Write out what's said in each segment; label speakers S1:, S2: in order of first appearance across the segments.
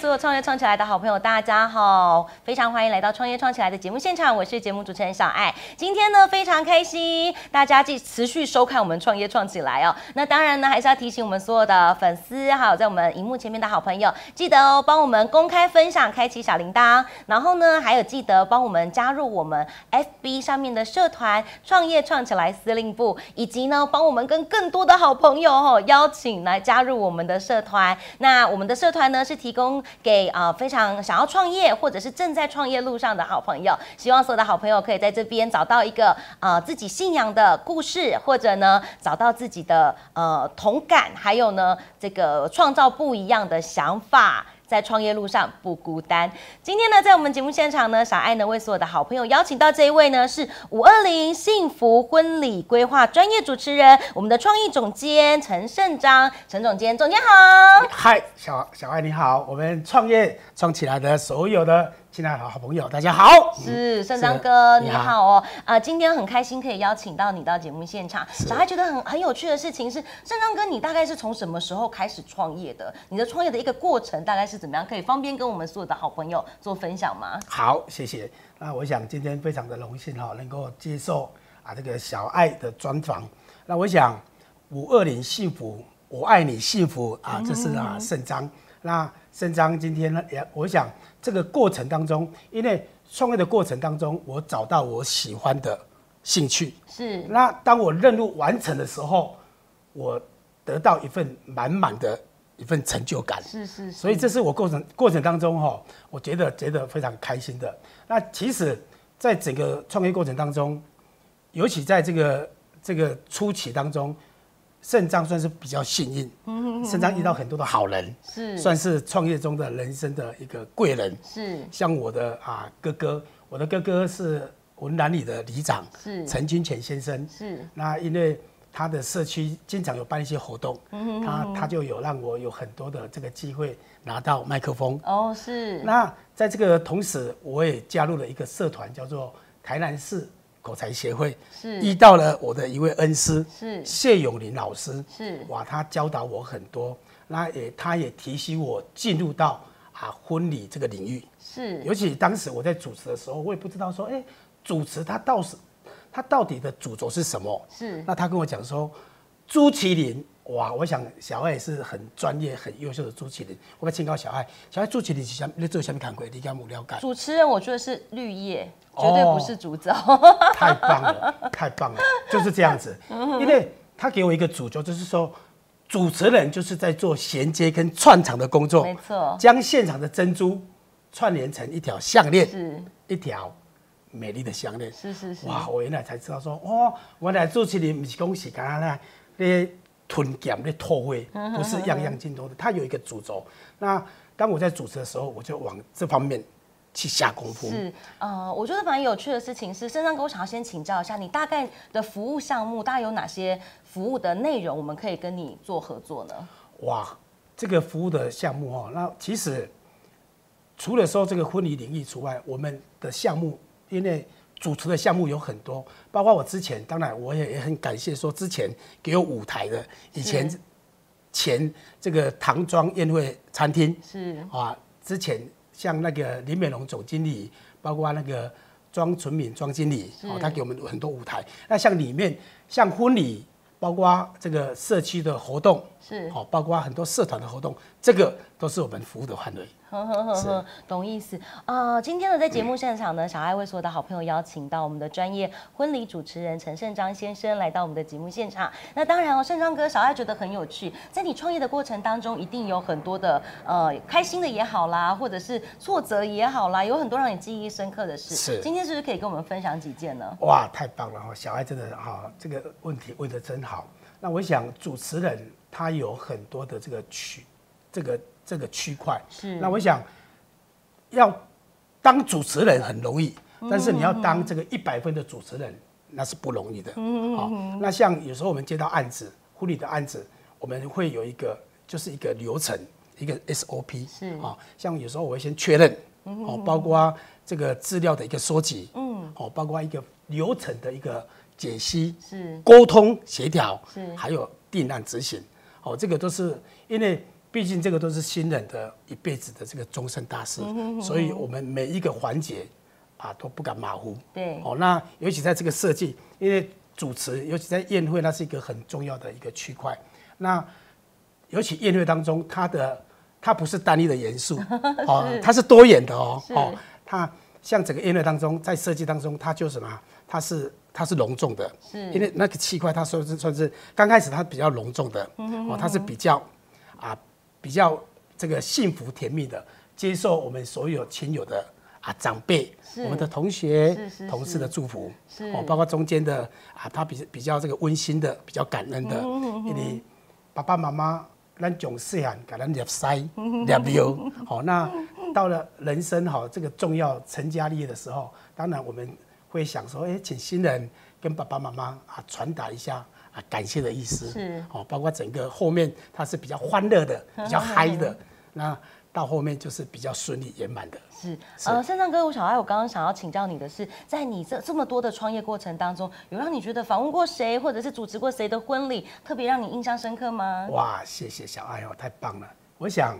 S1: 做创业创起来的好朋友，大家好，非常欢迎来到创业创起来的节目现场，我是节目主持人小爱。今天呢非常开心，大家继持续收看我们创业创起来哦。那当然呢，还是要提醒我们所有的粉丝，还有在我们荧幕前面的好朋友，记得哦帮我们公开分享，开启小铃铛，然后呢还有记得帮我们加入我们 FB 上面的社团创业创起来司令部，以及呢帮我们跟更多的好朋友哦邀请来加入我们的社团。那我们的社团呢是提供给啊、呃非常想要创业或者是正在创业路上的好朋友，希望所有的好朋友可以在这边找到一个呃自己信仰的故事，或者呢找到自己的呃同感，还有呢这个创造不一样的想法。在创业路上不孤单。今天呢，在我们节目现场呢，小爱呢为所有的好朋友邀请到这一位呢是五二零幸福婚礼规划专业主持人，我们的创意总监陈胜章，陈总监，总监好。
S2: 嗨，小小爱你好，我们创业创起来的所有的亲爱的好朋友，大家好。
S1: 是盛
S2: 嗯是
S1: 章哥，
S2: 你
S1: 你
S2: 好
S1: 好哦，啊、今天很开心可以邀请到你到节目现场。小孩觉得很很有趣的事情是，盛章哥，你大概是从什么时候开始创业的？你的创业的一个过程大概是怎么样？可以方便跟我们所有的好朋友做分享吗？
S2: 好，谢谢。那我想今天非常的荣幸哈、能够接受啊这个小爱的专访。那我想五二零幸福，我爱你幸福啊，这是啊盛章。那盛章今天呢，也我想这个过程当中，因为创业的过程当中，我找到我喜欢的兴趣，
S1: 是
S2: 那当我任务完成的时候，我得到一份满满的一份成就感。
S1: 是是是，
S2: 所以这是我过程过程当中哈、我觉得觉得非常开心的。那其实，在整个创业过程当中，尤其在这个这个初期当中，肾脏算是比较幸运，肾脏遇到很多的好人，
S1: 是
S2: 算是创业中的人生的一个贵人。
S1: 是
S2: 像我的啊哥哥，我的哥哥是文南里的里长，
S1: 是
S2: 陈君全先生。
S1: 是
S2: 那因为他的社区经常有办一些活动，他他就有让我有很多的这个机会拿到麦克风。
S1: 哦是
S2: 那在这个同时，我也加入了一个社团，叫做台南市口才协会，
S1: 是
S2: 遇到了我的一位恩师
S1: 是
S2: 谢永林老师。
S1: 是
S2: 哇，他教导我很多，那也他也提醒我进入到啊婚礼这个领域。
S1: 是
S2: 尤其当时我在主持的时候，我也不知道说，哎、主持它到是它到底的主轴是什么？
S1: 是
S2: 那他跟我讲说，朱麒麟，哇，我想小爱是很专业、很优秀的朱麒麟。我要请教小爱，小爱朱麒麟是啥？你做什么工作？你敢有 了解？
S1: 主持人，我觉得是绿叶，绝对
S2: 哦
S1: 不是竹枣。
S2: 太棒了，太棒了，就是这样子。
S1: 嗯
S2: 因为他给我一个主轴，就是说，主持人就是在做衔接跟串场的工作，
S1: 没错
S2: 将现场的珍珠串联成一条项链，
S1: 是
S2: 一条美丽的项链。
S1: 是是是
S2: 哇！我原来才知道说，哦，原来主持人不是讲是干那咧吞剑咧吐灰，
S1: 嗯
S2: 不是样样精通的，它有一个主轴。那当我在主持的时候，我就往这方面去下功夫。
S1: 是，呃，我觉得蛮有趣的事情是，深山哥，我想要先请教一下，你大概的服务项目，大概有哪些服务的内容，我们可以跟你做合作呢？
S2: 哇，这个服务的项目哦，那其实除了说这个婚礼领域除外，我们的项目因为主持的项目有很多，包括我之前，当然我也也很感谢说之前给我舞台的，以前前这个唐庄宴会餐厅
S1: 是
S2: 啊，之前像那个林美龙总经理，包括那个庄纯敏庄经理，哦，他给我们很多舞台。那像里面像婚礼，包括这个社区的活动，
S1: 是，
S2: 好，包括很多社团的活动，这个都是我们服务的范围。
S1: 呵呵呵呵，懂意思啊、呃今天呢，在节目现场呢，小爱为所有的好朋友邀请到我们的专业婚礼主持人陈胜章先生来到我们的节目现场。那当然哦，胜章哥，小爱觉得很有趣，在你创业的过程当中，一定有很多的呃开心的也好啦，或者是挫折也好啦，有很多让你记忆深刻的事。
S2: 是
S1: 今天是不是可以跟我们分享几件呢？
S2: 哇，太棒了哈！小爱真的哈、这个问题问得真好。那我想主持人他有很多的这个区，这个这个区块。
S1: 是
S2: 那我想要当主持人很容易，但是你要当这个一百分的主持人，那是不容易的。嗯好、那像有时候我们接到案子，婚礼的案子，我们会有一个就是一个流程，一个 SOP。
S1: 是
S2: 啊、像有时候我会先确认，
S1: 嗯
S2: 哦，包括这个资料的一个收集，嗯，哦，包括一个流程的一个解析、
S1: 是
S2: 沟通、协调
S1: 是，
S2: 还有定案执行，哦，这个都是因为毕竟这个都是新人的一辈子的这个终身大
S1: 嗯
S2: 事，所以我们每一个环节啊都不敢马虎。
S1: 对
S2: 哦，那尤其在这个设计，因为主持，尤其在宴会，那是一个很重要的一个区块。那尤其宴会当中，它的它不是单一的元素 哦，它是多元的哦哦，它像整个宴会当中，在设计当中，它就什么啊，它是它是隆重的，因为那个气块，它算是算是刚开始它比较隆重的
S1: 嗯
S2: 哦，它是比较啊比较这个幸福甜蜜的，接受我们所有亲友的。啊，长辈、我们的同学、
S1: 是是
S2: 同事的祝福，
S1: 是
S2: 哦，包括中间的啊，他比比较这个温馨的、比较感恩的，
S1: 嗯
S2: 因为爸爸妈妈咱从细汉给咱入塞入流，好、那到了人生好、这个重要成家立业的时候，当然我们会想说，哎、请新人跟爸爸妈妈啊传达一下啊感谢的意思，
S1: 是
S2: 哦，包括整个后面它是比较欢乐的、比较嗨的，那到后面就是比较顺利圆满的。
S1: 是，
S2: 是
S1: 呃，山上哥，我小爱，我刚刚想要请教你的是，在你这这么多的创业过程当中，有让你觉得访问过谁，或者是主持过谁的婚礼，特别让你印象深刻吗？
S2: 哇，谢谢小爱哦，太棒了！我想，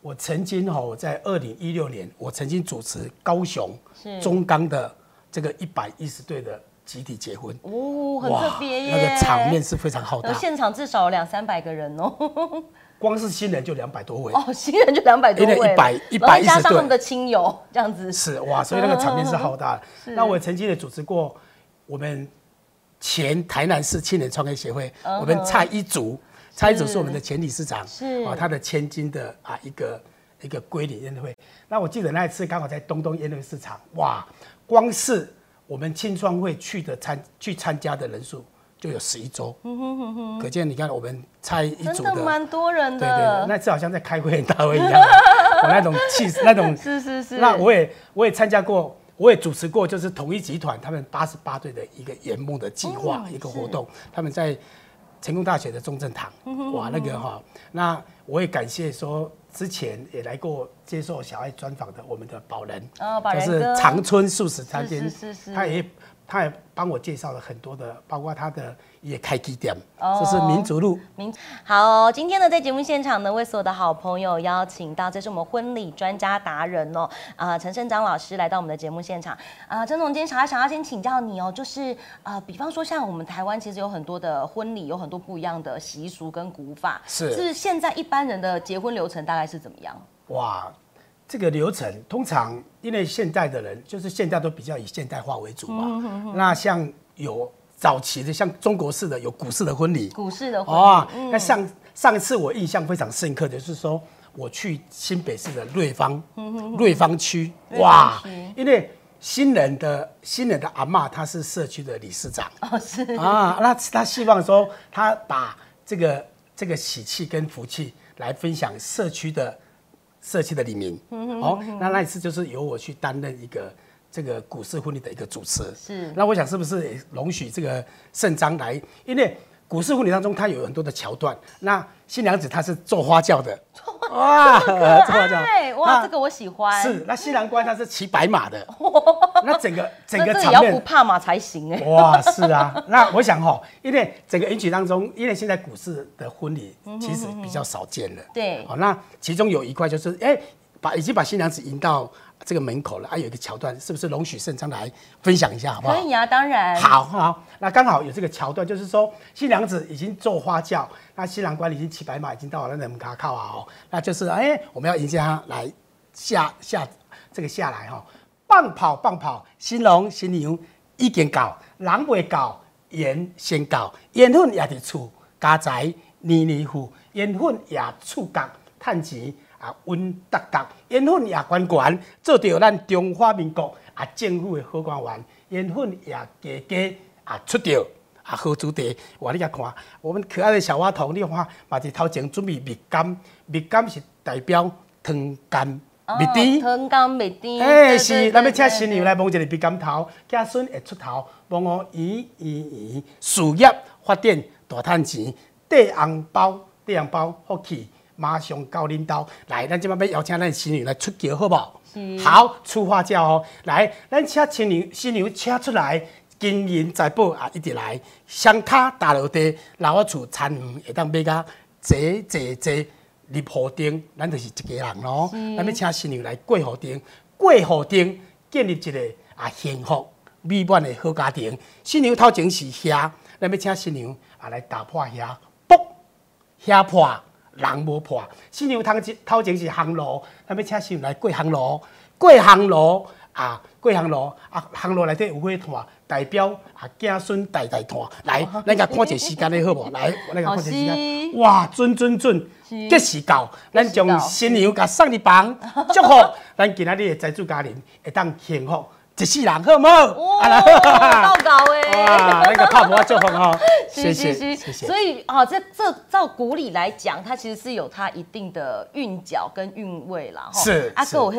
S2: 我曾经哦，我在二零一六年，我曾经主持高雄
S1: 是
S2: 中钢的这个一百一十对的集体结婚，
S1: 哦，很
S2: 哇
S1: 特别耶，
S2: 那个场面，是非常浩
S1: 然
S2: 大
S1: 后，现场至少有两三百个人哦，
S2: 光是新人就两百多位，
S1: 哦，新人就两百多
S2: 因为
S1: 位了，
S2: 100
S1: 然后再
S2: 110
S1: 加上他
S2: 对
S1: 们的亲友这样子，
S2: 是哇，所以那个场面是浩大的。
S1: 嗯
S2: 那我曾经也主持过我们前台南市青年创业协会，
S1: 嗯哼
S2: 我们蔡一祖，蔡一祖是我们的前理事长，
S1: 是
S2: 啊，他的千金的啊一个一个归礼宴会。那我记得那一次刚好在东东宴会市场，哇，光是我们青创会去的参去参加的人数就有十一周，
S1: 嗯
S2: 可见你看我们蔡一
S1: 真
S2: 祖
S1: 的
S2: 的。
S1: 蛮多人
S2: 对对，
S1: 的，
S2: 那次好像在开会大会一样， 我那种气势，那种
S1: 是是是，
S2: 那我也我也参加过，我也主持过，就是统一集团他们八十八队的一个圆梦的计划、
S1: 嗯
S2: 一个活动，他们在成功大学的中正堂，
S1: 嗯
S2: 哇，那个哈、那我也感谢说之前也来过接受小爱专访的我们的宝人，
S1: 哦宝
S2: 就
S1: 人
S2: 是
S1: 哥
S2: 长春素食餐厅，
S1: 是是是是
S2: 他也他也帮我介绍了很多的，包括他的也开基点，
S1: 哦
S2: 就是民族路
S1: 明好哦、今天呢，在节目现场呢，为所有的好朋友邀请到，这是我们婚礼专家达人哦，啊、陈胜章老师来到我们的节目现场。啊、陈总，今天想要想要先请教你哦，就是呃，比方说像我们台湾其实有很多的婚礼，有很多不一样的习俗跟古法，
S2: 是
S1: 是现在一般人的结婚流程大概是怎么样？
S2: 哇，这个流程通常因为现代的人就是现在都比较以现代化为主嘛。那像有早期的，像中国式的有股市的婚礼，
S1: 股市的婚礼、
S2: 哦，那上上一次我印象非常深刻的就是说，我去新北市的瑞芳，嗯瑞芳区，
S1: 瑞芳
S2: 哇
S1: 区，
S2: 因为新人的新人的阿嬷她是社区的理事长，
S1: 哦 是
S2: 啊，那他希望说他把这个这个喜气跟福气来分享社区的社区的里民。
S1: 嗯
S2: 哦，那那一次就是由我去担任一个这个股市婚礼的一个主持。
S1: 是
S2: 那我想是不是也容许这个盛章来？因为股市婚礼当中，它有很多的桥段。那新娘子她是做花轿 的，哇， 做花轿
S1: 哎，哇，
S2: 那
S1: 这个我喜欢，
S2: 是那新郎官他是骑白 马的，那整个整
S1: 那
S2: 个
S1: 这个也
S2: 场
S1: 要不
S2: 面
S1: 怕嘛才行哎，
S2: 哇，是啊，那我想哈，因为整个迎娶当中，因为现在股市的婚礼
S1: 嗯
S2: 其实比较少见了。
S1: 对
S2: 好，那其中有一块就是，哎、把已经把新娘子迎到这个门口了，啊，有一个桥段，是不是容许盛章来分享一下，好不
S1: 可
S2: 好？
S1: 以啊，当然
S2: 好好，那刚好有这个桥段，就是说新娘子已经做花轿，那新郎官已经骑白马已经到了那门卡靠啊哦，那就是哎、我们要迎接他来下下这个下来哈、哦，棒跑棒跑，新郎新娘一经到，人未到，缘先到，缘分也伫厝，家财年年富，缘分也触角趁钱。啊，稳达达，缘分也悬悬，做到咱中华民国啊政府的好官员，缘分也加加啊出到啊好主题。哇，你甲看，我们可爱的小花童，你看嘛是头前准备蜜柑，蜜柑是代表糖柑，蜜
S1: 哦
S2: 甜。
S1: 藤冈美丁，
S2: 哎，
S1: 对
S2: 是，咱要请新
S1: 对
S2: 娘来摸一个鼻甘头，子孙会出头，摸我圆圆圆，事业发展大赚钱，得红包，得红包，福气马上到恁兜。来，咱即摆要邀请咱的新娘来出轿，好不好？好，出花轿哦。来，咱请新娘新娘请出来，金银财宝啊，一直来，双脚踏落地，老我厝田园会当买甲坐坐坐。立户顶，咱就是一家人咯。咱要请新娘来过户顶，过户顶建立一个啊幸福美满的好家庭。新娘头前是遐，咱要请新娘啊来打破遐，卜遐破人无破。新娘头前头前是行路，咱要请新娘来过行路，过行路啊，过行路啊，行路内底有火炭，代表啊子孙代代传。来，咱甲看一个时间咧好无？来，咱甲看一个时间。哇，准准准，计时到，咱将新娘甲送 入房，祝福咱今仔日的财主家人会当幸福一世人，好唔好？
S1: 哦，
S2: 啊来
S1: 报告哎。
S2: 哇，那个泡芙祝福 哈，谢
S1: 是
S2: 谢
S1: 是
S2: 谢
S1: 是，
S2: 谢
S1: 所。以啊，这这照古理来讲，它其实是有它一定的韵脚跟韵味啦。吼
S2: 是
S1: 啊，
S2: 是
S1: 还有迄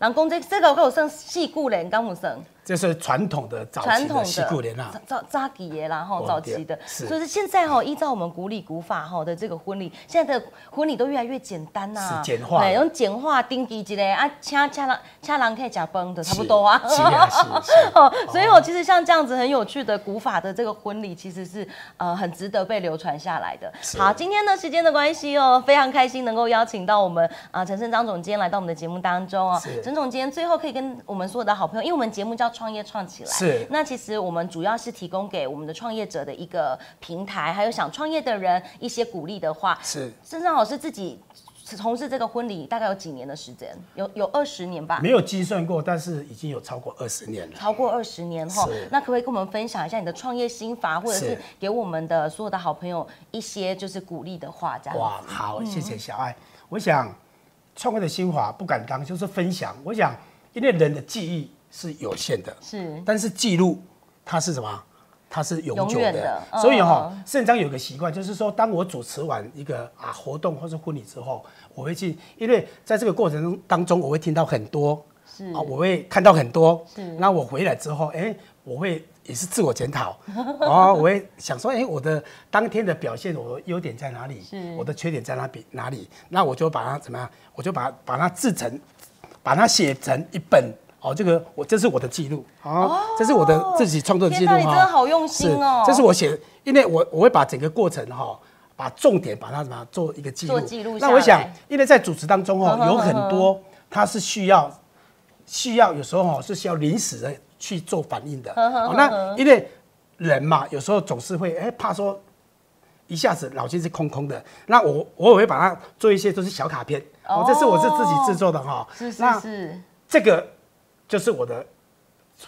S1: 人讲这这个还有算戏骨人，敢有算？
S2: 这是传统的早
S1: 传
S2: 期
S1: 统
S2: 的
S1: 的
S2: 西固莲啊
S1: 早，早早期的啦，吼，
S2: 哦
S1: 早期的
S2: 对，是
S1: 所以现在哈，依照我们古礼古法哈的这个婚礼，现在的婚礼都越来越简单呐、
S2: 是简化了
S1: 对，用简化登记一个啊，请请人请人客食饭的差不
S2: 是
S1: 多啊。
S2: 是啊，是是。
S1: 哦，所以我其实像这样子很有趣的古法的这个婚礼，其实是呃很值得被流传下来的。
S2: 是
S1: 好，今天呢时间的关系哦，非常开心能够邀请到我们啊陈胜张总监来到我们的节目当中哦
S2: 是。
S1: 陈总监最后可以跟我们所有的好朋友，因为我们节目叫创业创起来，
S2: 是
S1: 那其实我们主要是提供给我们的创业者的一个平台，还有想创业的人一些鼓励的话。
S2: 是
S1: 郑胜老师自己从事这个婚礼大概有几年的时间？有有二十年吧？
S2: 没有计算过，但是已经有超过二十年了。
S1: 超过二十年后
S2: 是，
S1: 那可不可以跟我们分享一下你的创业心法，或者是
S2: 是
S1: 给我们的所有的好朋友一些就是鼓励的话，这样
S2: 哇，好，谢谢小爱。我想，创业的心法不敢当，就是分享。我想，因为人的记忆是有限的，
S1: 是
S2: 但是记录它是什么？它是永久
S1: 永
S2: 的。
S1: 远的嗯
S2: 所以哈、
S1: 嗯
S2: 盛章有个习惯，就是说，当我主持完一个啊活动或是婚礼之后，我会去，因为在这个过程中当中，我会听到很多
S1: 是
S2: 啊，我会看到很多
S1: 是。
S2: 那我回来之后，哎、我会也是自我检 讨，然后我会想说，哎、我的当天的表现，我的优点在哪里
S1: 是？
S2: 我的缺点在哪里？哪里？那我就把它怎么样？我就把把它制成，把它写成一本。哦，这个我这是我的记录，哦，这是我的自己创作的记
S1: 天
S2: 录
S1: 哪，你真的
S2: 哈。
S1: 好用心
S2: 是
S1: 哦，！
S2: 这是我写，因为我我会把整个过程哈、把重点把它怎么样做一个记录。
S1: 做记录下
S2: 那我想
S1: 来，
S2: 因为在主持当中哦
S1: 呵呵，呵
S2: 有很多它是需要需要有时候哦是需要临时的去做反应的。
S1: 呵呵呵
S2: 哦
S1: 呵
S2: 那因为人嘛，有时候总是会哎、怕说一下子脑筋是空空的。那我我也会把它做一些都是小卡片，哦，这是我是自己制作的哈、
S1: 是是
S2: 那
S1: 是，
S2: 这个就是我的，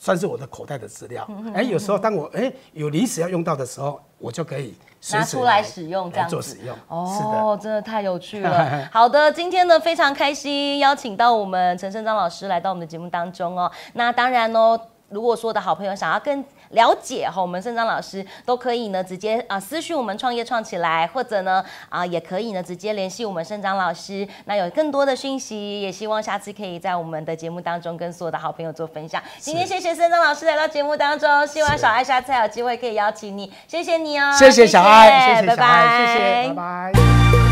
S2: 算是我的口袋的资
S1: 嗯
S2: 料。哎、有时候当我哎、有临时要用到的时候，我就可以随
S1: 拿
S2: 时
S1: 出来使用这
S2: 来
S1: 样
S2: 做
S1: 子
S2: 使。用。是的。
S1: 哦，真的太有趣 了。好的，今天呢非常开心，邀请到我们陈胜章老师来到我们的节目当中哦。那当然哦。如果说的好朋友想要更了解哈，我们盛章老师都可以呢，直接啊、私讯我们创业创起来，或者呢啊、也可以呢直接联系我们盛章老师。那有更多的讯息，也希望下次可以在我们的节目当中跟所有的好朋友做分享。今天谢谢盛章老师来到节目当中，希望
S2: 是
S1: 小爱下次还有机会可以邀请你，谢谢你哦，
S2: 谢谢小爱，谢谢小爱，谢谢，拜拜。